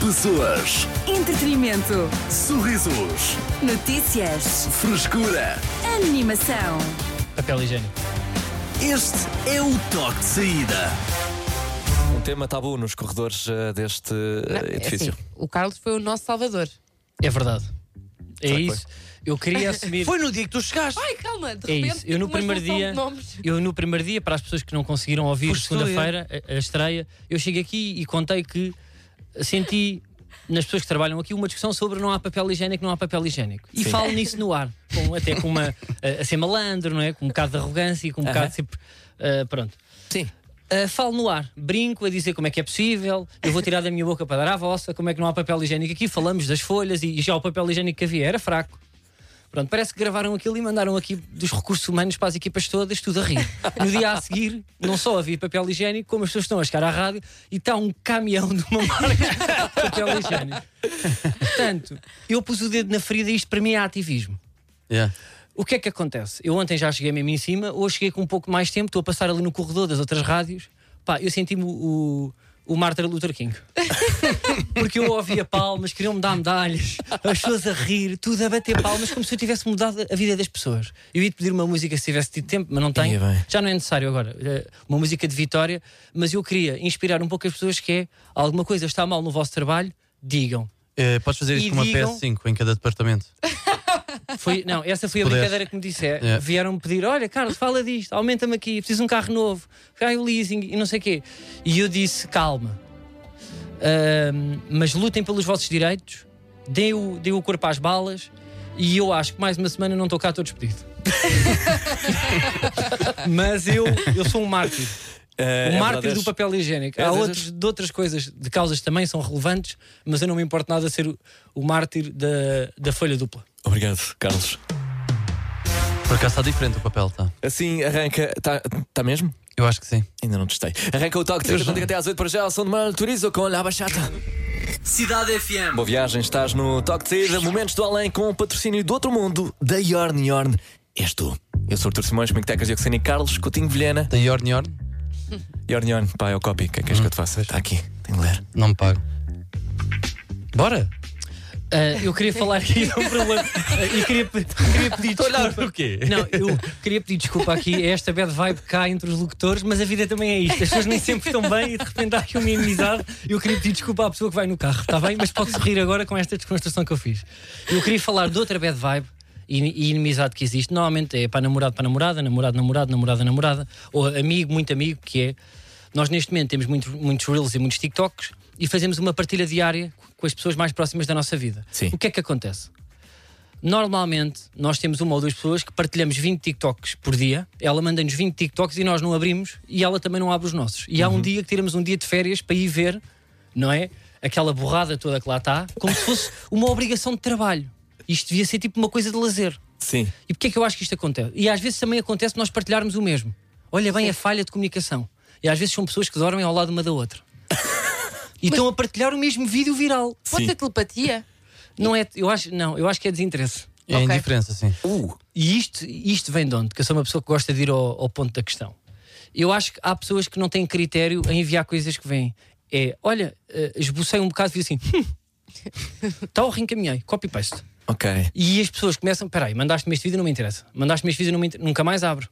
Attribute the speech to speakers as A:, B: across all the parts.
A: Pessoas,
B: Entretenimento.
A: sorrisos,
B: Notícias.
A: frescura.
B: Animação.
C: Papel higiênico.
A: Este é o toque de saída.
D: Um tema tabu nos corredores eh, deste eh,
E: Não, é
D: edifício.
E: assim, o Carlos foi o nosso salvador.
C: É verdade. É
D: Será que
C: isso. Eu queria assumir.
F: Foi no dia que tu chegaste.
E: Ai, calma, de
C: É
E: repente.
C: isso. Eu no
E: uma
C: primeiro
E: junção
C: dia,
E: de nomes.
C: eu no primeiro dia, para as pessoas que não conseguiram ouvir
F: Foste tu,
C: segunda-feira, a, a estreia, eu cheguei aqui e contei que senti nas pessoas que trabalham aqui uma discussão sobre não há papel higiênico, não há papel higiênico. E falo nisso no ar, com- até com uma a, a ser malandro, não é? Com um bocado de arrogância e com um bocado de sempre. ah, pronto.
F: Sim.
C: Uh, falo no ar, brinco a dizer como é que é possível, eu vou tirar da minha boca para dar à vossa, como é que não há papel higiênico aqui, falamos das folhas e, e já o papel higiênico que havia era fraco. Pronto, parece que gravaram aquilo e mandaram aqui dos recursos humanos para as equipas todas, tudo a rir. No dia a seguir, não só havia papel higiênico, como as pessoas estão a chegar à rádio e está um caminhão de uma marca de papel higiênico. Portanto, eu pus o dedo na ferida e isto para mim é ativismo. O que é que acontece? Eu ontem já cheguei mesmo em cima, hoje cheguei com um pouco mais tempo, estou a passar ali no corredor das outras rádios. Pá, eu senti-me o, o Martin Luther King. Porque eu ouvia palmas, queriam-me dar medalhas, as pessoas a rir, tudo a bater palmas, como se eu tivesse mudado a vida das pessoas. Eu ia te pedir uma música se tivesse tido tempo, mas não
F: Ia
C: tenho.
F: bem.
C: Já não é necessário agora. eh, Uma música de vitória, mas eu queria inspirar um pouco as pessoas que é alguma coisa está mal no vosso trabalho, digam.
G: Eh, podes fazer
C: E
G: isso com uma
C: digam-
G: PS5 em cada departamento.
C: Foi, não, essa foi a
G: puderes.
C: brincadeira que me disseram.
G: É.
C: Vieram-me pedir: olha, Carlos, fala disto, aumenta-me aqui, preciso de um carro novo, cai o leasing e não sei o quê. E eu disse: calma, Ahm, mas lutem pelos vossos direitos, deem o, deem o corpo às balas. E eu acho que mais uma semana não estou cá, estou despedido. Mas eu, eu sou um mártir.
D: É,
C: O
D: é
C: mártir
D: verdade,
C: do papel higiênico.
D: É
C: Há
D: verdade.
C: outros, de outras coisas, de causas que também são relevantes, mas eu não me importo nada de ser o, o mártir da, da folha dupla.
D: Obrigado, Carlos.
G: Por acaso está diferente o papel, tá?
D: Assim arranca. Está tá mesmo?
G: Eu acho que sim.
D: Ainda não testei. Arranca o toque de saída contigo até às 8 para já. São de Mal Turizo com La Bachata.
F: Cidade FM.
D: Boa viagem, estás no toque de saída. Momentos do além com o patrocínio do outro mundo da Yorn Yorn. És tu. Eu sou o Artur Simões, Mictecas Diocesano e Carlos Coutinho Vilhena.
G: Da Yorn Yorn,
D: Yorn Yorn, pá, é o copy. O que é que queres que eu te faça? Está aqui, tenho de ler.
G: não me pago. Bora!
C: Ah, eu queria falar aqui de um problema Ah, e queria, pe- queria pedir desculpa.
G: o quê?
C: Não, eu queria pedir desculpa aqui a esta bad vibe cá entre os locutores, mas a vida também é isto. As pessoas nem sempre estão bem e de repente há aqui uma inimizade. Eu queria pedir desculpa à pessoa que vai no carro, está bem? Mas pode sorrir agora com esta desconstrução que eu fiz. Eu queria falar de outra bad vibe e e inimizade que existe. Normalmente é para namorado, para namorada, namorado, namorado, namorada, namorada, ou amigo, muito amigo, que é. Nós neste momento temos muito- muitos reels e muitos TikToks e fazemos uma partilha diária com as pessoas mais próximas da nossa vida.
D: Sim.
C: O que é que acontece? Normalmente, nós temos uma ou duas pessoas que partilhamos 20 TikToks por dia. Ela manda-nos 20 TikToks e nós não abrimos e ela também não abre os nossos. E há um dia que tiramos um dia de férias para ir ver, não é? Aquela borrada toda que lá está, como se fosse uma obrigação de trabalho. Isto devia ser tipo uma coisa de lazer.
D: Sim.
C: E porquê é que eu acho que isto acontece? E às vezes também acontece nós partilharmos o mesmo. Olha bem a falha de comunicação. E às vezes são pessoas que dormem ao lado uma da outra. E estão a partilhar o mesmo vídeo viral.
E: Pode ser telepatia?
C: Não é, eu acho, não, eu acho que é desinteresse.
G: É
E: Ok.
G: indiferença, sim.
D: Uh,
C: E isto, isto vem de onde? Que eu sou uma pessoa que gosta de ir ao, ao ponto da questão. Eu acho que há pessoas que não têm critério a enviar coisas que vêm. É, olha, eh, esbocei um bocado e fiz assim. "Hum, Tal, reencaminhei, copy-paste.
D: ok.
C: E as pessoas começam, peraí, mandaste-me este vídeo, não me interessa. Mandaste-me este vídeo, não me inter- nunca mais abro.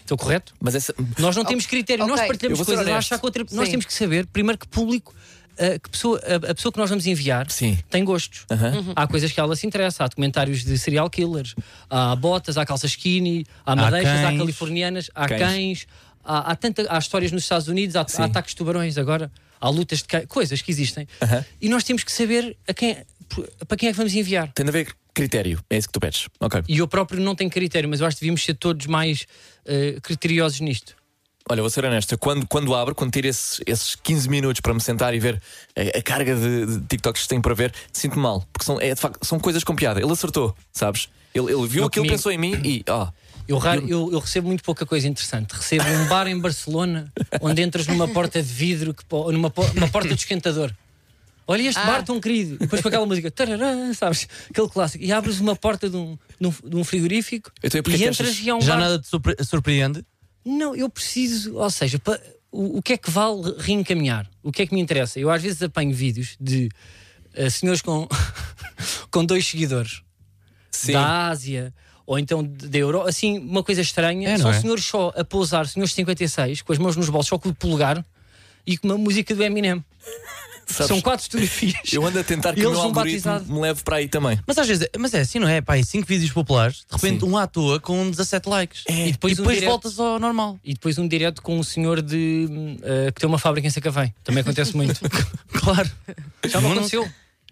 C: Estou correto?
D: Mas essa.
C: Nós não temos critério, nós
E: ok.
D: Eu
C: partilhamos
D: vou ser
C: coisas a
D: honesto.
C: achar que outra. Nós
E: Sim.
C: temos que saber, primeiro, que público, ah, que pessoa, a, a pessoa que nós vamos enviar
D: Sim.
C: tem gostos. Uhum.
D: Aham.
C: Há coisas que ela se interessa, há documentários de serial killers, há botas, há calças skinny, há madeixas, há
G: cães.
C: californianas, há
D: Cães.
C: cães, há, há, tanta, há histórias nos Estados Unidos, há, há ataques de tubarões agora, há lutas de cães, coisas que existem. E nós temos que saber a quem, para quem é que vamos enviar.
D: Tem a ver critério. É isso que tu pedes. Ok.
C: E eu próprio não tenho critério, mas eu acho que devíamos ser todos mais ah, criteriosos nisto.
D: Olha, vou ser honesto, eu quando, quando abro, quando tiro esses, esses 15 minutos para me sentar e ver a, a carga de, de TikToks que tenho para ver, sinto-me mal, porque são, é, de facto, são coisas com piada. Ele acertou, sabes? Ele, ele viu
C: Eu
D: aquilo,
C: comigo-
D: pensou em mim e ó.
C: Eu, raro, eu, eu recebo muito pouca coisa interessante. Recebo um bar em Barcelona onde entras numa porta de vidro, que, po- ou numa po- uma porta de esquentador. Olha este bar tão querido. E depois com aquela música, tarará, sabes? Aquele clássico. E abres uma porta de um, de um, de um frigorífico
D: Então, e porquê
C: e
D: que
C: entras
D: achas-
C: e há um
G: Já
C: bar.
G: nada te surpre- surpreende?
C: Não, eu preciso, ou seja, pa- o, o que é que vale reencaminhar? O que é que me interessa? Eu às vezes apanho vídeos de eh, senhores com, com dois seguidores
D: Sim.
C: da Ásia ou então de- da Europa, assim, uma coisa estranha.
G: É, não
C: São
G: é?
C: senhores só a pousar, senhores de 56, com as mãos nos bolsos, só com o polegar e com uma música do Eminem.
D: Sabes?
C: São quatro fotografias.
D: Eu ando a tentar que
C: E
D: o
C: eles
D: meu
C: são
D: algoritmo
C: batizados.
D: me leve para aí também.
G: Mas às vezes, mas é assim, não é? Pá, em 5 vídeos populares, de repente um à toa com 17 likes.
C: E depois
G: e
C: um
G: depois
C: direto.
G: voltas ao normal.
C: E depois um direto com um senhor de hum, eh, que tem uma fábrica em Sacavém. Também acontece muito.
G: Claro.
C: Já me aconteceu.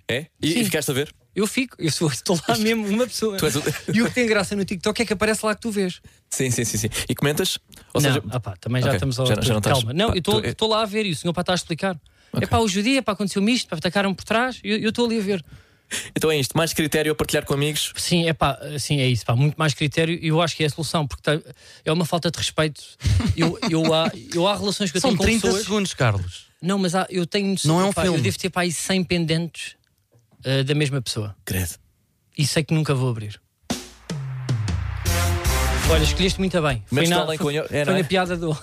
D: É? E, e ficaste a ver?
C: Eu fico, eu sou, estou lá mesmo uma pessoa.
D: Tu és o-
C: E o que tem graça no TikTok é que aparece lá que tu vês.
D: Sim, sim, sim, sim. E comentas? Ou
C: não,
D: seja,
C: ah pá, também já
D: ok,
C: estamos ao.
D: já- já não estás-
C: Calma, não,
D: pá,
C: eu estou-
D: tu- é-
C: estou lá a ver e o senhor para estar a explicar. É pá, o judia, pá, aconteceu-me isto, pá, atacaram por trás, eu eu estou ali a ver.
D: então é isto, mais critério a partilhar com amigos.
C: Sim, é pá, sim, é isso, pá, muito mais critério e eu acho que é a solução, porque tá- é uma falta de respeito. Eu, eu, há, eu há relações que eu
G: São
C: tenho com
G: 30
C: pessoas.
G: segundos, Carlos.
C: Não, mas há- eu tenho
G: Não é um
C: pá, Eu
G: filme.
C: devo ter para aí 100 pendentes ah, da mesma pessoa
D: Credo.
C: e sei que nunca vou abrir. Olha, escolheste muito bem.
D: Mas
C: na,
D: está lá em Cunha- é,
C: foi
D: não é?
C: na piada do.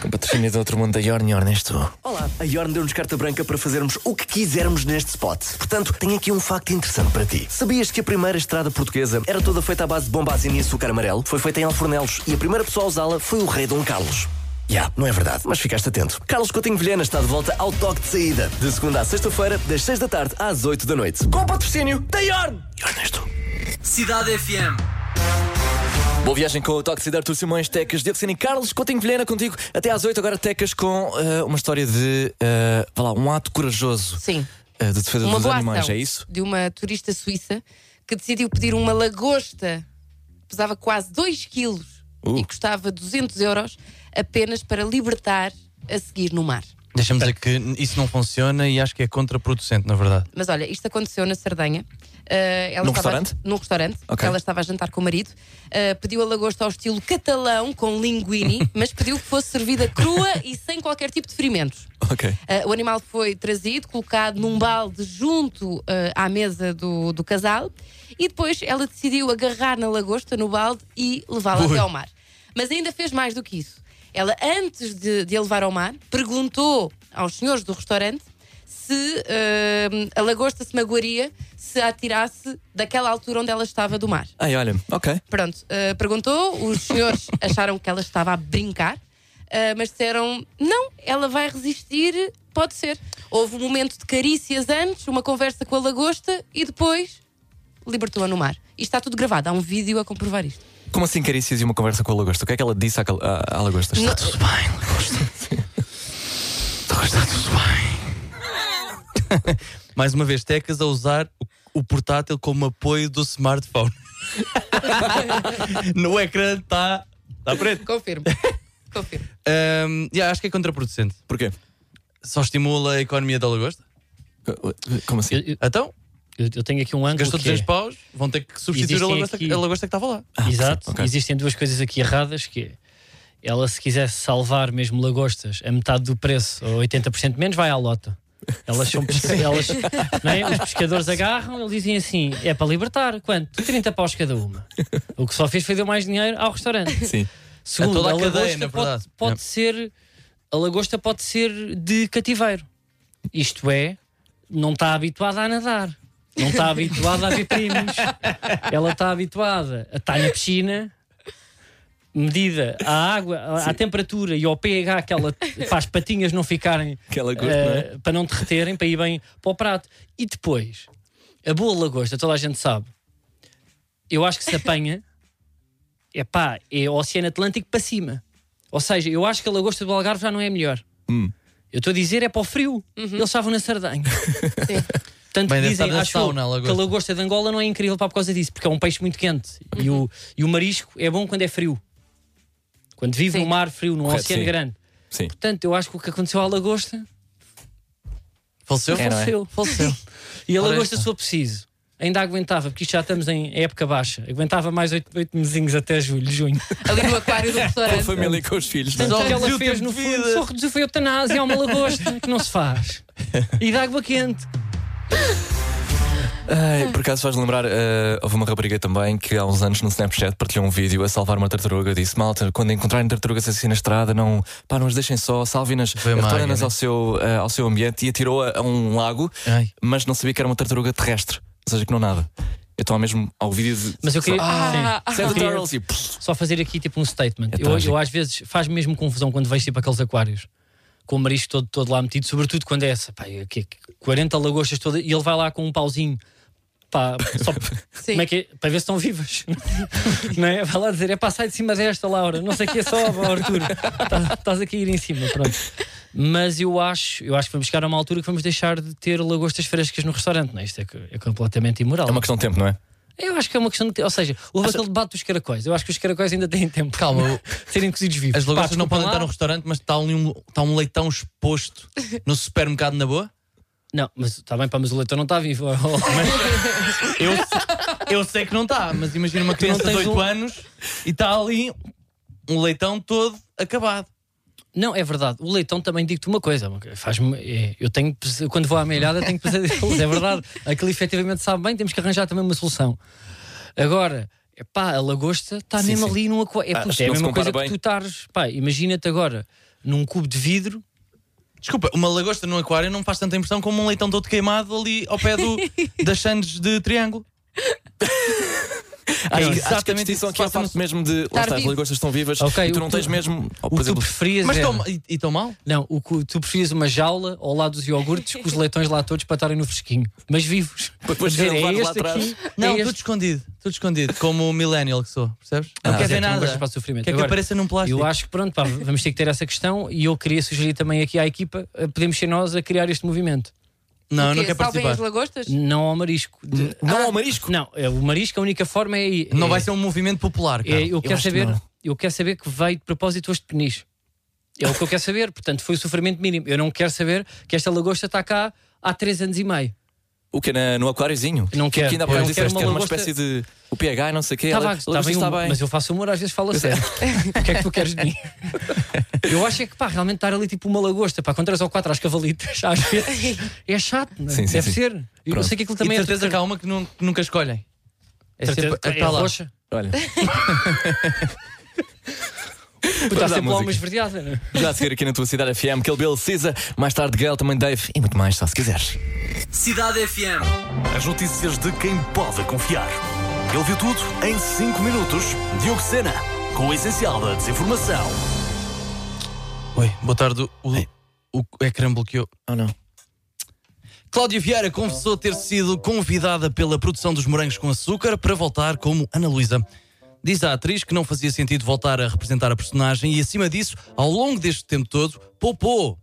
D: Com patrocínio de outro mundo da Yorn Yorn, és tu.
F: Olá, a Yorn deu-nos carta branca para fazermos o que quisermos neste spot. Portanto, tenho aqui um facto interessante para ti. Sabias que a primeira estrada portuguesa era toda feita à base de bombazina e açúcar amarelo? Foi feita em Alfornelos e a primeira pessoa a usá-la foi o rei Dom Carlos. Já, não é verdade, mas ficaste atento. Carlos Coutinho Vilhena está de volta ao toque de saída, de segunda à sexta-feira, das 6 da tarde às 8 da noite. Com o patrocínio da Yorn! Yorn és tu.
A: Cidade FM.
D: Boa viagem com o Toque de Cidade, Artur Simões, Tecas, Diego Sini, Carlos, Coutinho Vilhena contigo. Até às 8 agora, Tecas, com eh, uma história de, eh, vá lá, um ato corajoso
E: Sim.
D: eh, de defesa
E: uma
D: dos
E: boa
D: animais,
E: ação
D: é isso?
E: de uma turista suíça que decidiu pedir uma lagosta pesava quase 2 quilos
D: Uh.
E: e custava 200 euros apenas para libertar a seguir no mar.
G: Deixa-me dizer que isso não funciona e acho que é contraproducente, na verdade.
E: Mas olha, isto aconteceu na Sardenha. Uh, ela
D: Num
E: estava-
D: restaurante?
E: Num restaurante.
D: Ok.
E: Ela estava a jantar com o marido. uh, pediu a lagosta ao estilo catalão, com linguine, mas pediu que fosse servida crua e sem qualquer tipo de ferimentos.
D: Ok.
E: Uh, o animal foi trazido, colocado num balde junto uh, à mesa do, do casal e depois ela decidiu agarrar na lagosta no balde e levá-la até ao mar. Mas ainda fez mais do que isso. Ela, antes de, de a levar ao mar, perguntou aos senhores do restaurante se uh, a lagosta se magoaria se a atirasse daquela altura onde ela estava do mar.
D: Ai, olha, ok.
E: Pronto, eh, perguntou, os senhores acharam que ela estava a brincar, eh, mas disseram: não, ela vai resistir, pode ser. Houve um momento de carícias antes, uma conversa com a lagosta e depois libertou-a no mar. E está tudo gravado, há um vídeo a comprovar isto.
D: Como assim carícias e uma conversa com a Lagosta? O que é que ela disse à, cal- à, à Lagosta?
E: Não-
G: bem, Lagosta. Está tudo bem. Mais uma vez, Tecas a usar o, o portátil como apoio do smartphone. no ecrã está tá preto.
E: Confirmo. Confirmo.
G: Ahm, yeah, acho que é contraproducente.
D: Porquê?
G: Só estimula a economia da Lagosta.
D: Co- Como assim?
C: eu, eu-
G: Então,
C: eu- eu tenho aqui um ângulo.
G: gastou
C: que é-
G: 200 paus, vão ter que substituir a
C: Existem
G: lagosta,
C: aqui-
G: a lagosta que estava lá.
C: Exato.
D: ok.
C: Existem duas coisas aqui erradas que é, ela se quisesse salvar mesmo lagostas a metade do preço ou 80% menos vai à lota. Elas são pesca- elas, não é? Os pescadores agarram, eles dizem assim: é para libertar. Quanto? 30 paus cada uma. O que só fez foi deu mais dinheiro ao restaurante.
D: Sim.
C: Segundo,
G: toda a cadeia,
C: lagosta
G: na
C: pode-
G: verdade.
C: pode
G: É.
C: ser a lagosta pode ser de cativeiro. Isto é, não está habituada a nadar. Não está habituada a ver primos. Ela está habituada a estar na piscina, medida à água, à- à temperatura e ao pH que ela faz patinhas não ficarem
D: Que ela gosta,
C: eh,
D: não é?
C: para não derreterem, para ir bem para o prato. E depois, a boa lagosta, toda a gente sabe, eu acho que se apanha é pá, é o Oceano Atlântico para cima. Ou seja, eu acho que a lagosta do Algarve já não é a melhor.
G: Hum.
C: Eu estou a dizer é para o frio. Eles estavam na Sardanha. Portanto,
G: Bem, deve
C: dizem,
G: estar na
C: acho eu,
G: sauna, a lagosta.
C: que a lagosta de Angola não é incrível pá, por causa disso, porque é um peixe muito quente. E,
G: Uhum.
C: o, e o marisco é bom quando é frio. Quando vive
E: Sim.
C: no mar frio, num
D: Correto,
C: oceano
D: sim.
C: grande.
D: Sim.
C: Portanto, eu acho que o que aconteceu à lagosta
G: Faleceu?
D: É, não é?
C: faleceu. faleceu. e a
G: Ora
C: lagosta,
G: esta.
C: se for preciso, ainda aguentava, porque isto já estamos em época baixa. Aguentava mais oito oito mesinhos até julho, junho.
E: Ali no aquário do
D: Com a
E: restaurante.
D: família e com os filhos. não é?
C: Portanto, o que
G: reduziu
C: ela
G: o
C: fez
G: tempo
C: no
G: de
C: fundo
G: vida.
C: só reduziu foi a é eutanásia, há uma lagosta que não se faz. E de água quente.
D: Ai, por acaso faz lembrar, eh, houve uma rapariga também que há uns anos no Snapchat partilhou um vídeo a salvar uma tartaruga. Disse: Malta, quando encontrarem tartarugas assim na estrada, não, pá, não as deixem só, salvem-nas,
G: Foi uma águia,
D: retornem-nas
G: né?
D: ao, seu, eh, ao seu ambiente. E atirou a, a um lago,
G: Ai.
D: mas não sabia que era uma tartaruga terrestre, ou seja, que não nada. Eu estou ao mesmo ao vídeo de.
C: Mas eu queria.
E: Ah,
C: sim,
D: Save
C: eu
D: the
C: queria
D: turtles e. pff,
C: só fazer aqui tipo um statement.
D: É
C: eu,
D: trágico.
C: eu às vezes faz mesmo confusão quando vejo tipo aqueles aquários com o marisco todo, todo lá metido, sobretudo quando é essa, pá, é que- 40 lagostas todas e ele vai lá com um pauzinho. Pá, só,
E: Sim.
C: como é que é? Para ver se estão vivas. não é? Vai lá dizer, é passar de cima desta, Laura. Não sei o que é só, vó, Arthur. Tá- Estás a cair em cima, pronto. Mas eu acho, eu acho que vamos chegar a uma altura que vamos deixar de ter lagostas frescas no restaurante, não é? Isto é, co- é completamente imoral.
D: É uma questão de tempo, não é?
C: Eu acho que é uma questão de. te- Ou seja, houve aquele debate dos caracóis. Eu acho que os caracóis ainda têm tempo. Calma, serem cozidos vivos.
G: As lagostas
C: Pá,
G: não
C: desculpa
G: podem estar no
C: lá.
G: restaurante, mas está ali um, está um leitão exposto no supermercado na boa?
C: Não, mas está bem, pá, mas o leitão não está vivo.
G: Eu, se- eu sei que não está, mas imagina uma criança de
C: tens
G: 8
C: um-
G: anos e está ali um leitão todo acabado.
C: não, é verdade. O leitão também digo-te uma coisa. Faz-me. é, Eu tenho. pes- Quando vou à meilhada, tenho pesadelos. É verdade. Aquilo efetivamente sabe bem, temos que arranjar também uma solução. Agora. Pá, a lagosta está
D: Sim,
C: mesmo
D: sim.
C: ali num aquário. É,
D: Ah,
C: puto,
D: acho
C: é
D: que
C: a
D: não se
C: mesma coisa
D: compara bem.
C: que tu estares. Pá, imagina-te agora num cubo de vidro
G: Desculpa, uma lagosta num aquário não faz tanta impressão como um leitão todo queimado ali ao pé do, das sandes de triângulo.
D: Ai,
G: É
D: acho que a
G: exatamente
D: distinção
G: isso,
D: aqui é a
G: façam-
D: parte mesmo de. Lá está, as
E: vivo.
D: lagostas estão vivas
C: Ok,
D: e tu
C: o
D: não
C: que-
D: tens mesmo. ou,
C: O
D: por
C: que tu
D: exemplo,
C: preferias é
G: Mas
C: era-
G: tão, e, e tão mal?
C: Não, o cu- tu preferias uma jaula ao lado dos iogurtes com os leitões lá todos para estarem no fresquinho, mas vivos.
D: Para depois
C: Dizer, é
D: levar lá
C: este
D: atrás.
C: aqui, é
G: Não,
C: este-
G: tudo escondido, tudo escondido, como o millennial que sou, percebes?
D: Ah,
G: Não quer
C: Quer
G: ver
C: dizer, tu não
G: nada.
C: gostas para o sofrimento.
G: Quer que
C: Agora,
G: apareça num plástico?
C: Eu acho que pronto, pá, vamos ter que ter essa questão e eu queria sugerir também aqui à equipa, eh, podemos ser nós a criar este movimento.
G: Não, eu
E: O quê?
G: não quero
E: Salvem
G: participar.
E: as lagostas?
C: Não ao marisco. De-
D: Hum, Não ao marisco?
C: Não, é, o marisco a única forma é. é-
G: Não vai ser um movimento popular, cara.
C: é- eu, quero
D: acho que
C: saber,
D: não.
C: eu quero saber que veio de propósito hoje de penis. É o que eu quero saber, portanto, foi o sofrimento mínimo. Eu não quero saber que esta lagosta está cá há três anos e meio.
D: O que é no aquáriozinho?
C: Não
D: que,
C: quero.
D: que ainda há
C: Eu
D: pouco
C: não
D: disseste
C: quero
D: que
C: uma
D: era uma
C: lagosta-
D: espécie de. O pH, não sei o quê.
C: Tá
D: ela-
C: bem,
D: ela
C: tá
D: diz,
C: bem,
D: está
C: um-
D: bem.
C: mas eu faço humor, às vezes falo a sério. o que é que tu queres de mim? Eu acho é que, pá, realmente estar ali tipo uma lagosta, pá, com três ou quatro às cavalitas, às vezes, é chato, não é?
D: Sim, sim,
C: Deve
D: sim.
C: ser. E Eu
D: Pronto.
C: sei que aquilo
G: E de
C: também é.
G: certeza que há uma que, nun- que nunca escolhem. É
C: Certeza-
G: sempre a que
C: é
G: tá lá.
C: roxa.
D: Olha,
C: Puta, Está
D: dar
C: tá sempre lá
D: música.
C: uma esverdeada, não é?
D: já a seguir aqui na tua cidade FM, Kill Bill, Cisa, mais tarde Gael, também Dave e muito mais, só se quiseres.
A: Cidade FM. As notícias de quem pode confiar. Ele viu tudo em 5 minutos. Diogo Sena, com o essencial da desinformação.
G: Oi, boa tarde. O, o ecrã bloqueou.
D: Ou não?
G: Cláudia Vieira confessou ter sido convidada pela produção dos Morangos com Açúcar para voltar como Ana Luísa. Diz a atriz que não fazia sentido voltar a representar a personagem e, acima disso, ao longo deste tempo todo, poupou.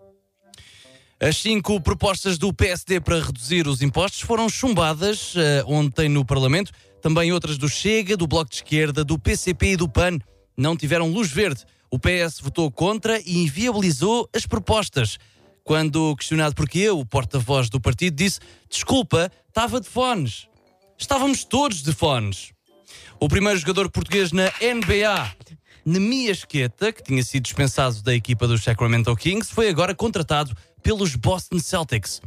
G: As cinco propostas do PSD para reduzir os impostos foram chumbadas eh, ontem no Parlamento. Também outras do Chega, do Bloco de Esquerda, do PCP e do PAN não tiveram luz verde. O PS votou contra e inviabilizou as propostas. Quando questionado porquê, o porta-voz do partido disse: Desculpa, estava de fones. Estávamos todos de fones. O primeiro jogador português na NBA, Nemias Queta, que tinha sido dispensado da equipa dos Sacramento Kings, foi agora contratado pelos Boston Celtics.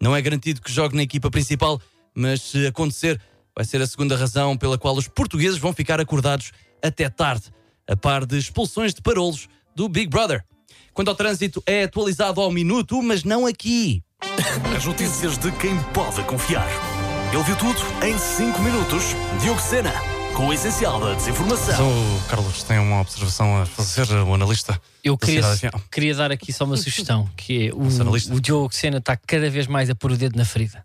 G: Não é garantido que jogue na equipa principal, mas se acontecer, vai ser a segunda razão pela qual os portugueses vão ficar acordados até tarde, a par de expulsões de parolos do Big Brother. Quanto ao trânsito, é atualizado ao minuto, mas não aqui.
A: As notícias de quem pode confiar. Ele viu tudo em 5 minutos. Diogo Sena, com o essencial da desinformação.
H: O Carlos tem uma observação a fazer, o analista.
C: Eu
H: da
C: queria,
D: assim,
H: Cidade FM.
C: queria dar aqui só uma sugestão: que é o,
H: analista.
C: o Diogo Sena está cada vez mais a pôr o dedo na ferida.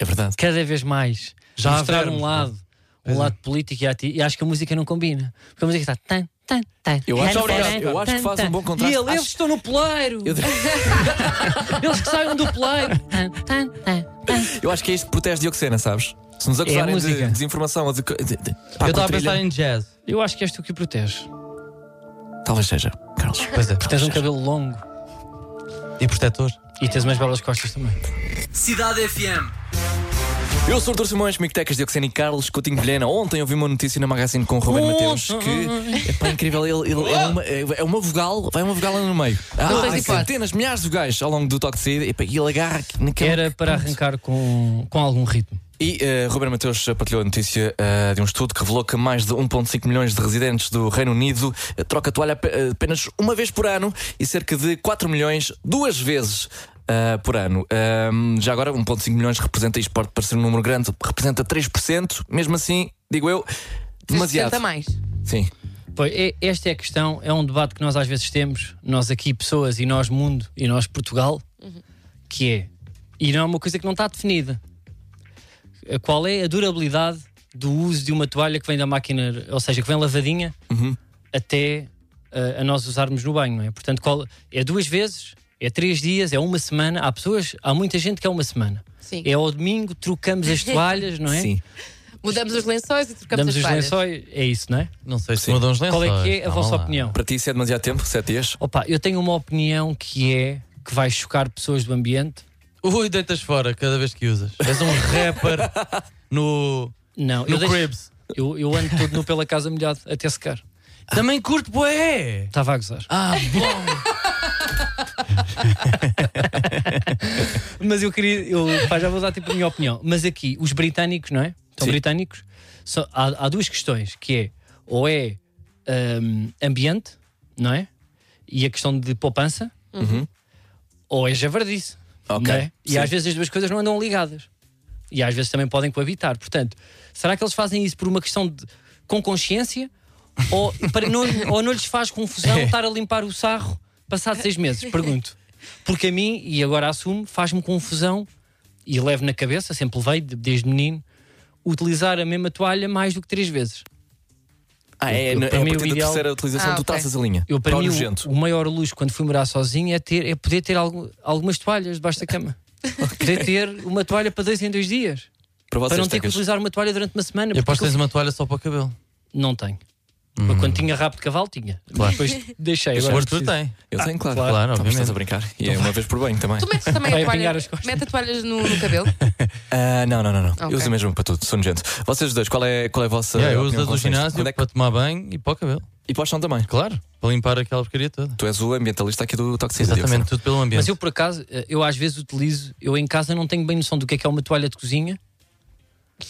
D: É verdade.
C: Cada vez mais.
H: Já há
C: mostrar
H: vermos,
C: um
H: não é?
C: lado, um lado político e ati- e acho que a música não combina. Porque a música está tan, tan, tan.
D: Eu acho,
C: tan,
D: eu,
C: tan,
D: acho que
C: tan,
D: faz um
C: tan.
D: bom contraste.
C: E ele,
D: Acho-
C: eles estão no poleiro.
D: Eu-
C: Eles que saiam do poleiro.
D: Eu acho que é isto que protege Dioxena, sabes? Se nos
C: É a
D: acusarem de
C: música.
D: desinformação ou de. co- de- de- pá,
G: Eu estava a
D: patrulha,
G: pensar em jazz.
C: Eu acho que és tu que o protege.
D: Talvez seja, Carlos.
G: Pois é.
C: Tens um cabelo longo
G: E protetor.
C: e tens umas belas costas também.
A: Cidade FM.
D: Eu sou o Dr. Simões, Mictecas, Dioxena e Carlos Coutinho Vilhena. Ontem eu vi uma notícia na Magazine com o Rubén Mateus que epá, é incrível, ele, ele é, uma, é uma vogal, vai uma vogal ali no meio.
E: Não
D: Ah,
E: tens
D: há
E: hipótese.
D: centenas, é milhares de vogais ao longo do toque de saída epá, e ele agarra naquela.
C: Era para arrancar com, com algum ritmo.
D: E eh, Ruben Mateus partilhou a notícia eh, de um estudo que revelou que mais de 1,5 milhões de residentes do Reino Unido eh, troca toalha ap- eh, apenas uma vez por ano e cerca de 4 milhões duas vezes. eh, por ano. Ahm, já agora, 1,5 milhões representa, isto pode parecer um número grande, representa 3%, mesmo assim, digo eu, demasiado.
E: Senta mais.
D: Sim.
C: Pois, é- esta é a questão, é um debate que nós às vezes temos, nós aqui, pessoas, e nós, mundo, e nós, Portugal, que é, e não é uma coisa que não está definida. Eh, Qual é a durabilidade do uso de uma toalha que vem da máquina, ou seja, que vem lavadinha, até eh, a nós usarmos no banho, não é? Portanto, qual, é duas vezes, é três dias, é uma semana. Há pessoas, há muita gente que é uma semana.
E: Sim.
C: É ao domingo, trocamos as toalhas, não é?
D: Sim.
E: Mudamos os lençóis e trocamos
C: Damos
E: as
C: os
E: toalhas.
C: lençóis, é isso, não é?
G: Não sei se mudam os lençóis.
C: Qual é que é a
G: Calma
C: vossa
G: lá.
C: opinião?
D: Para ti, isso é demasiado tempo? 7 dias?
C: Opa, eu tenho uma opinião que é que vai chocar pessoas do ambiente.
G: Ui, deitas fora cada vez que usas. És um rapper no,
C: Não, eu,
G: no
C: deixo-
G: Cribs.
C: eu, eu ando todo nu pela casa molhado até secar.
G: Também curto, boé!
C: Estava a gozar.
G: Ah, bom!
C: Mas eu queria, eu pá, já vou dar tipo a minha opinião. Mas aqui, os britânicos, não é? São
D: Sim.
C: britânicos. Só- há, há duas questões: que é ou é hum, ambiente, não é? E a questão de poupança,
G: Uhum.
C: ou é javardice.
D: Ok,
C: não é? E
D: sim.
C: às vezes as duas coisas não andam ligadas. E às vezes também podem coabitar. Portanto, será que eles fazem isso por uma questão de com consciência? ou, para, não, ou não lhes faz confusão
D: É.
C: estar a limpar o sarro passado seis meses? Pergunto. Porque a mim, e agora assumo, faz-me confusão e levo na cabeça, sempre levei, de- desde menino, utilizar a mesma toalha mais do que três vezes.
D: Ah, é, é,
C: Eu-
D: é
C: eu-
D: a
C: para mim,
D: partir
C: o
D: da
C: ideal-
D: terceira utilização,
E: Ah,
D: tu
E: ok.
D: taças a linha.
C: Eu, para
D: Tá
C: mim,
D: nojento.
C: o, o maior luxo quando fui morar sozinho é, ter, é poder ter algu- algumas toalhas debaixo da cama. Poder ter uma toalha para dois em dois dias.
D: Para vocês,
C: para não ter que
D: tecas.
C: utilizar uma toalha durante uma semana.
G: E
C: porque
G: aposto que
C: eu
G: tens uma toalha só para o cabelo.
C: Não tenho. Mas Quando tinha rabo de cavalo, tinha. Depois deixei.
G: O
C: Agora
G: Arthur
C: preciso.
G: tem.
D: Eu tenho, claro.
C: Ah,
G: claro,
D: Não, mas
G: obviamente.
D: Estás a brincar. E
C: Então
D: é uma vez por banho também.
E: Tu metes também
C: Vai
E: a
C: apanhar
E: toalha.
C: as costas.
E: Mete a toalhas no, no cabelo.
D: Ah, não, não, não. não.
E: Ok.
D: Eu uso mesmo para tudo, sou nojento. Vocês dois, qual é, qual é a vossa.
G: Yeah, eu uso
D: opinião
G: a do
D: relativamente a isto?
G: ginásio
D: Quando é que-
G: para tomar banho e para o cabelo.
D: E para o chão também.
G: Claro, para limpar aquela porcaria toda.
D: Tu és o ambientalista aqui do Toxicity.
G: Exatamente, tudo pelo ambiente.
C: Mas eu, por acaso, eh, eu às vezes utilizo. Eu em casa não tenho bem noção do que é que é uma toalha de cozinha,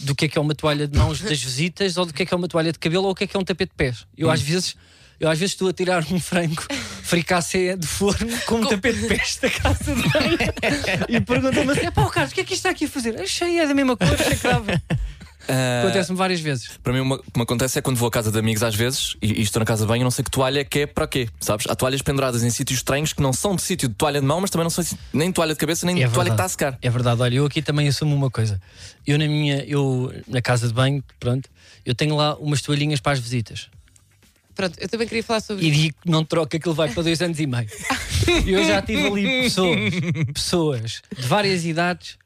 C: do que é que é uma toalha de mãos das visitas, ou do que é que é uma toalha de cabelo, ou o que é que é um tapete de pés. Eu às vezes. Eu às vezes estou a tirar um frango fricassé do forno com um tapete de pés da casa de banho e pergunta-me assim: pá, Carlos, o que é que isto está aqui a fazer? Achei, é da mesma cor, chacrava. Acontece-me várias vezes.
D: Para mim, uma- o que me acontece é quando vou à casa de amigos às vezes e, e estou na casa de banho, eu não sei que toalha é que é para quê, sabes? Há toalhas penduradas em sítios estranhos que não são de sítio de toalha de mão, mas também não são de- nem de toalha de cabeça, nem de toalha que está a secar.
C: É verdade, olha, eu aqui também assumo uma coisa. Eu na minha, eu na casa de banho, pronto, eu tenho lá umas toalhinhas para as visitas.
E: Pronto, eu também queria falar sobre
C: E
E: isso.
C: digo que não troca aquilo vai para dois anos e meio. Eu já tive ali pessoas, pessoas de várias idades,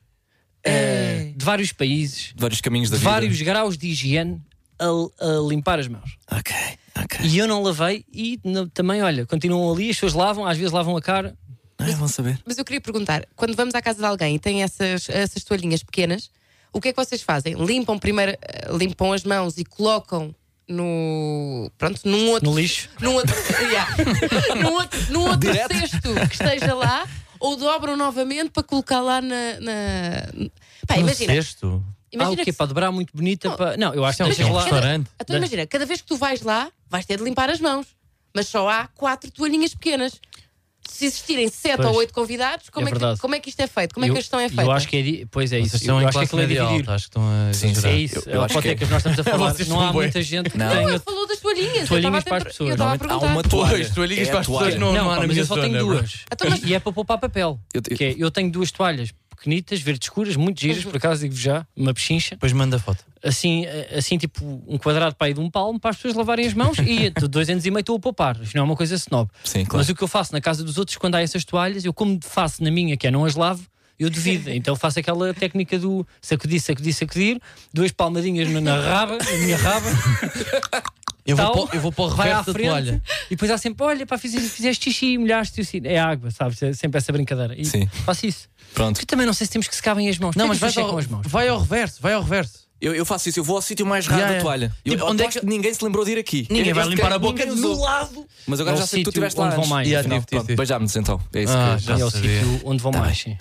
D: É.
C: eh, de vários países,
D: De vários caminhos da
C: de
D: vida.
C: vários graus de higiene a, a limpar as mãos.
D: Ok, ok.
C: E eu não é, lavei e não- também, olha, continuam ali, as pessoas lavam, às vezes lavam a cara.
D: Ah, vão saber.
E: Mas eu queria perguntar: quando vamos à casa de alguém e tem essas, essas toalhinhas pequenas, o que é que vocês fazem? Limpam primeiro, eh, limpam as mãos e colocam no. Pronto, num outro.
C: No lixo.
E: Num outro, yeah. num outro, num outro cesto que esteja lá ou dobram novamente para colocar lá na. na... Pá, imagina.
G: Sexto.
C: Ah, o
E: imagina
C: quê?
E: que se-
C: Para dobrar muito bonita. para- Não, eu acho que
G: Isto é um
C: deixas lá.
G: restaurante.
E: Então imagina, cada vez que tu vais lá, vais ter de limpar as mãos. Mas só há quatro toalhinhas pequenas. Se existirem sete
C: Pois.
E: ou oito convidados, como
C: É
E: é, que,
C: verdade.
E: como é que isto é feito? Como é
C: Eu-
E: que a gestão é feita?
C: Eu acho que é. di- Pois é,
G: Vocês
C: isso.
G: estão
C: eu
G: em
C: acho que
G: classe
C: aquilo é
G: média
C: dividir.
G: alta, acho que estão a
D: Sim,
G: exagerar.
C: É
D: Eu-
C: isso.
D: eu
C: a
D: acho que
C: hipoteca
D: é.
C: que nós estamos a falar.
G: Vocês
C: Não há
G: são bué.
C: muita gente que
D: Não.
E: Não,
C: tenha.
E: ele falou das toalhinhas.
C: Toalhinhas
E: eu
C: para as
E: estava a
C: pessoas.
E: Eu estava a
D: Normalmente há
E: perguntar.
D: uma toalha.
G: Pois, tu ligas
D: É
G: para
D: a
G: as pessoas,
D: toalha.
G: não,
C: Não,
G: não há
C: pá,
G: na
C: mas
G: minha
C: eu só
G: zona,
C: tenho
G: bro.
C: duas.
E: Então, mas-
C: E é para poupar papel.
D: Eu- eu-
C: Que é, eu tenho duas toalhas pequenitas, verdes escuras, muito giras,
E: Uhum.
C: por acaso digo já, uma pechincha,
G: Depois manda foto.
C: assim, eh, assim tipo um quadrado para aí de um palmo, para as pessoas lavarem as mãos e de dois anos e meio estou a poupar. Isto não é uma coisa snob.
D: Sim, claro.
C: Mas o que eu faço na casa dos outros, quando há essas toalhas, eu como faço na minha, que é não as lavo, eu devido. Então faço aquela técnica do sacudir, sacudir, sacudir, duas palmadinhas na- na raba, na minha raba.
G: Eu
C: tal,
G: vou, para, eu vou para o
C: vai à
G: reverso da
C: frente,
G: toalha.
C: E depois há sempre, olha, pá, fizeste, fizeste xixi, molhaste-te assim. É água, sabes? É sempre essa brincadeira. E
D: Sim.
C: faço isso.
D: Pronto.
C: Porque também não sei se temos que secar bem as mãos.
G: Não,
C: Porquê
G: mas
C: que vocês
G: vai ao,
C: secam as mãos.
G: vai ao reverso, vai ao reverso.
D: Eu, eu faço isso, eu vou ao sítio mais raro da
G: Yeah, yeah.
D: toalha. Eu-
G: Tipo,
D: eu
G: onde é
D: aposto
G: que-
D: ninguém se lembrou de ir aqui?
G: Ninguém
D: Eu-
G: vai
D: eu-
G: limpar a
D: ninguém
G: boca
D: usou.
G: do lado.
D: Mas agora
C: É o
D: já sei que tu
C: sítio
D: estiveste lá.
C: onde vão
D: antes. tipo,
C: mais.
D: E
G: Yeah,
D: afinal,
G: tive, tive,
D: pronto,
G: tive.
D: Beijámos então. É isso
G: Ah,
D: que
G: já
C: é o
G: sabia.
C: sítio onde vão mais. sim.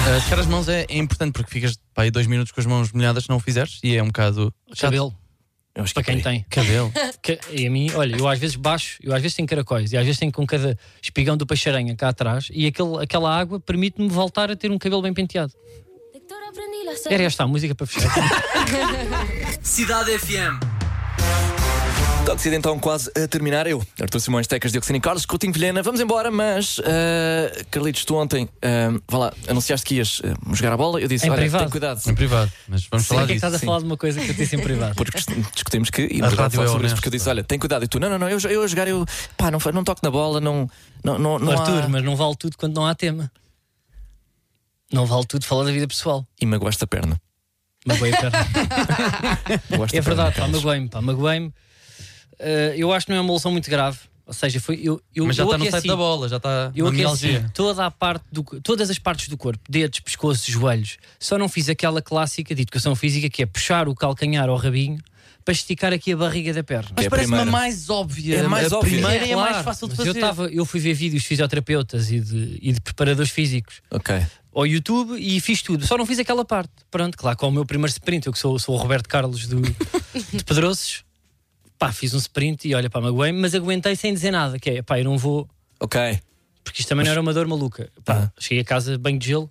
G: Uh, secar as mãos é, é importante porque ficas pá, aí dois minutos com as mãos molhadas se não o fizeres e é um bocado chato.
C: Cabelo,
D: Eu acho que
C: para quem
D: é por aí.
C: tem.
G: Cabelo.
C: Que- e a mim, olha, eu às vezes baixo, eu às vezes tenho caracóis e às vezes tenho com cada espigão do peixaranha cá atrás e aquele, aquela água permite-me voltar a ter um cabelo bem penteado. Era esta a música para fechar.
A: Cidade FM.
D: Está decidido então quase a terminar. Eu, Artur Simões, Tecas, Dioxina e Carlos, Coutinho Vilhena, vamos embora, mas ah, Carlitos, tu ontem, ah, vá lá, anunciaste que ias ah, jogar a bola. Eu disse,
C: Em
D: olha,
C: privado.
D: tem cuidado.
G: Em privado, mas vamos
C: Para
G: falar
C: que é que
G: disso.
C: estás a
D: sim.
C: falar de uma coisa que eu disse em privado?
D: Porque dis- discutimos que, e
H: A
D: na verdade
H: rádio
D: falar
H: é
D: sobre isso,
H: honesta.
D: porque eu disse, olha, tem cuidado. E tu, não, não, não, eu, eu a jogar, eu, pá, não, fa- não toco na bola, não. não, não, não há-
C: Arthur, mas não vale tudo quando não há tema. Não vale tudo falar da vida pessoal.
D: E magoaste a perna.
C: Magoei a perna.
D: Magoaste
C: É
D: a perna,
C: verdade, pá,
D: Carlos.
C: magoei-me, pá, magoei-me. Eh, eu acho que não é uma lesão muito grave. Ou seja, foi, eu, eu,
G: Mas já
C: eu
G: está no
C: aqueci-
G: site da bola, já está
C: Eu
G: na
C: aqueci
G: mialgia.
C: toda a parte do, co- todas as partes do corpo, dedos, pescoço, joelhos. Só não fiz aquela clássica de educação física que é puxar o calcanhar ao rabinho para esticar aqui a barriga da perna.
D: Mas é a parece-me primeira. a
G: mais óbvia.
D: É a mais A óbvia. primeira
C: Claro, mas Eu,
G: tá-
C: tava, eu fui ver vídeos de fisioterapeutas e de, e de preparadores físicos
D: Ok.
C: ao YouTube e fiz tudo. Só não fiz aquela parte. Pronto, claro, com o meu primeiro sprint, eu que sou, sou o Roberto Carlos do, de Pedroços, pá, fiz um sprint e olha, pá, magoei mas aguentei sem dizer nada. Que é, pá, eu não vou,
D: Ok.
C: porque isto também não era uma dor maluca. Pá,
D: Ah.
C: cheguei a casa, banho de gelo,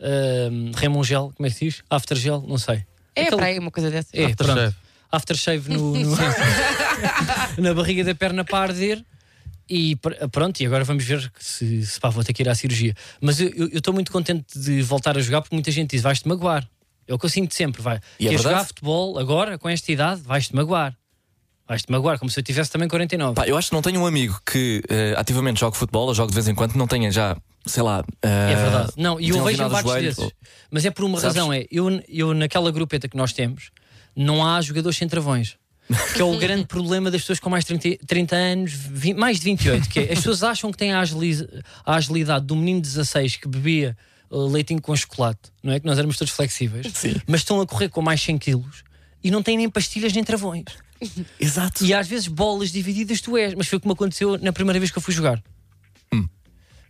C: hum, remo um gel, como é que se diz? After gel, não sei.
E: É
C: Aquele-
E: para aí uma coisa dessa.
C: É,
G: Aftershave.
C: pronto. Aftershave no, no- na barriga da perna para arder. E pr- pronto, e agora vamos ver se, se pá, vou ter que ir à cirurgia. Mas eu- eu estou muito contente de voltar a jogar porque muita gente diz: vais-te magoar. É o que eu sinto sempre. Vai.
D: E é
C: Queres
D: verdade?
C: jogar futebol agora, com esta idade, vais-te magoar. Vais-te magoar, como se eu tivesse também 49.
D: Pá, eu acho que não tenho um amigo que eh, ativamente joga futebol ou joga de vez em quando, não tenha já, sei lá. eh,
C: É
D: Ah,
C: verdade. Não, e eu vejo embates desses.
D: desses.
C: Mas é por uma
D: Sabes?
C: razão: é eu, eu naquela grupeta que nós temos, não há jogadores sem travões. Que é o grande problema das pessoas com mais de 30, 30 anos, 20 mais de 28. Que é, as pessoas acham que têm a, agiliz- a agilidade do menino de 16 que bebia uh, leitinho com chocolate, não é? Que nós éramos todos flexíveis, mas estão a correr com mais 100 quilos e não têm nem pastilhas nem travões.
D: Exato.
C: E às vezes bolas divididas tu és, mas foi como aconteceu na primeira vez que eu fui jogar.
D: Hum.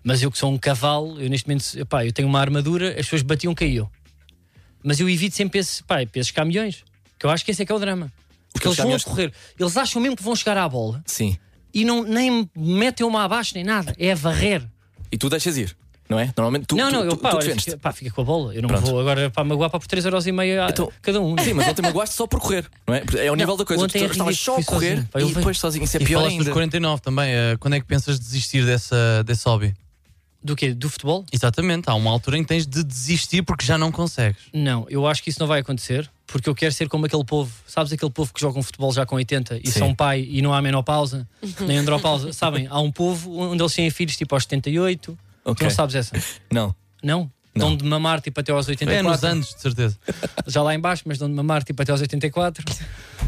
C: Mas eu que sou um cavalo, eu neste momento, pá, eu tenho uma armadura, as pessoas batiam, caíam. Mas eu evito sempre esse, pá, esses caminhões, que eu acho que esse é que é o drama. Porque eles
D: Aqueles
C: vão a
D: caminhões que-
C: correr, eles acham mesmo que vão chegar à bola
D: Sim.
C: e não, nem metem uma abaixo nem nada, é a varrer.
D: E tu deixas ir, não é? Normalmente tu.
C: não,
D: tu,
C: não, eu
D: tu,
C: pá,
D: tu
C: olha,
D: defendes.
C: fica, pá, fica com a bola, eu não
D: Pronto.
C: vou agora para magoar pá, por 3,5€ a-
D: Então-
C: cada um.
D: Sim, mas ontem magoaste só por correr, não é? Porque É o nível da coisa.
C: ontem
D: tu
C: é
D: estavas
C: ridículo,
D: só a
C: fui
D: correr
C: sozinho. Pá, eu
D: e
C: venho-
D: depois sozinho. Isso é
G: E
D: pior
G: falaste dos
D: ainda.
G: 49 também. eh, Quando é que pensas desistir dessa, desse hobby?
C: Do quê? Do futebol?
G: Exatamente, há uma altura em que tens de desistir porque já não consegues.
C: Não, eu acho que isso não vai acontecer, porque eu quero ser como aquele povo, sabes aquele povo que joga um futebol já com 80 e
D: Sim.
C: são pai e não há menopausa, nem andropausa, sabem? Há um povo onde eles têm filhos tipo aos 78, tu
D: Ok.
C: não sabes essa?
D: Não.
C: Não?
D: Não.
C: Dão de mamar tipo até aos
G: É nos
C: 84,
G: anos, de certeza.
C: já lá em baixo, mas dão de mamar tipo até aos 84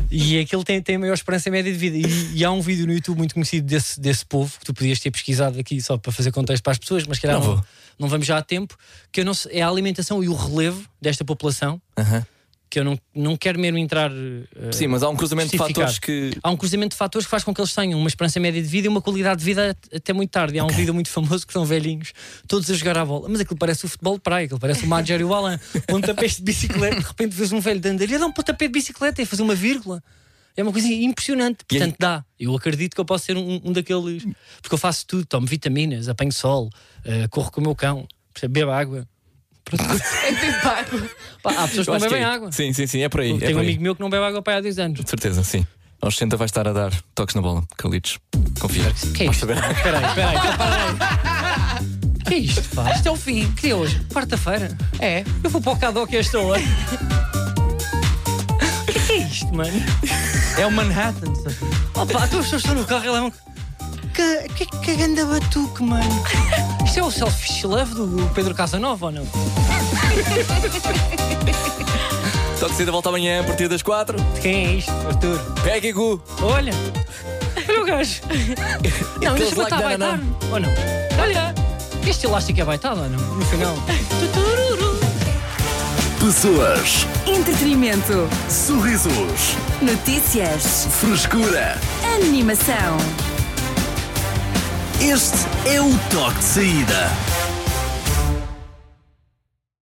C: e aquilo tem, tem a maior esperança média de vida. E, e há um vídeo no YouTube muito conhecido desse, desse povo que tu podias ter pesquisado aqui só para fazer contexto para as pessoas, mas que não,
D: Não Ah, vou.
C: não vamos já a tempo. Que eu não sei- é a alimentação e o relevo desta população
D: Aham.
C: que eu não, não quero mesmo entrar. eh,
D: Sim, mas há um cruzamento de
C: justificar.
D: fatores que.
C: Há um cruzamento de fatores que faz com que eles tenham uma esperança média de vida e uma qualidade de vida at- até muito tarde. E há um vídeo muito famoso que são velhinhos, todos a jogar à bola. Mas aquilo parece o futebol de praia, aquilo parece o Major e o Alan. Pontapés de bicicleta, de repente vês um velho de andar e dá um pontapé de bicicleta e fazer uma vírgula. É uma coisa impressionante.
D: E aí-
C: Portanto, dá. Eu acredito que eu posso ser um, um daqueles. Porque eu faço tudo, tomo vitaminas, apanho sol, eh, corro com o meu cão, percebe? bebo água. Pronto.
E: É tipo pago.
C: Pá, há pessoas que
D: Eu
C: não
D: acho que
C: bebem
D: é-
C: água.
D: Sim, sim, sim, é por aí. É
C: Tenho
D: por
C: um
D: aí.
C: amigo meu que não bebe água para aí há 10 anos.
D: De certeza, sim. Aos 60 vais estar a dar toques na bola, Carlitos. Confia.
C: Que é isto? Peraí, peraí, então para aí. Que é isto, pá? Isto é o fim. Que dia é hoje? Quarta-feira?
E: É.
C: Eu vou para o Cadoc a esta hora. O que é isto, mano?
G: É o Manhattan, sabe?
C: Opa, então as pessoas estão no carro e levam. Que, que, que ganda batuque, mano. Isto é o selfish love do Pedro Casanova ou não?
D: Toque de volta amanhã a partir das 4.
C: Quem é isto, Arthur?
D: Pega e Gu.
C: Olha. Olha o gajo. Não,
D: It
C: ainda
D: feels
C: chegou
D: like
C: está a baitar.
D: banana.
C: Ou não? Olha. Este elástico é baitado ou não? No final. Tutururu.
A: Pessoas,
B: Entretenimento.
A: sorrisos,
B: Notícias.
A: frescura.
B: Animação.
A: Este é o toque de saída.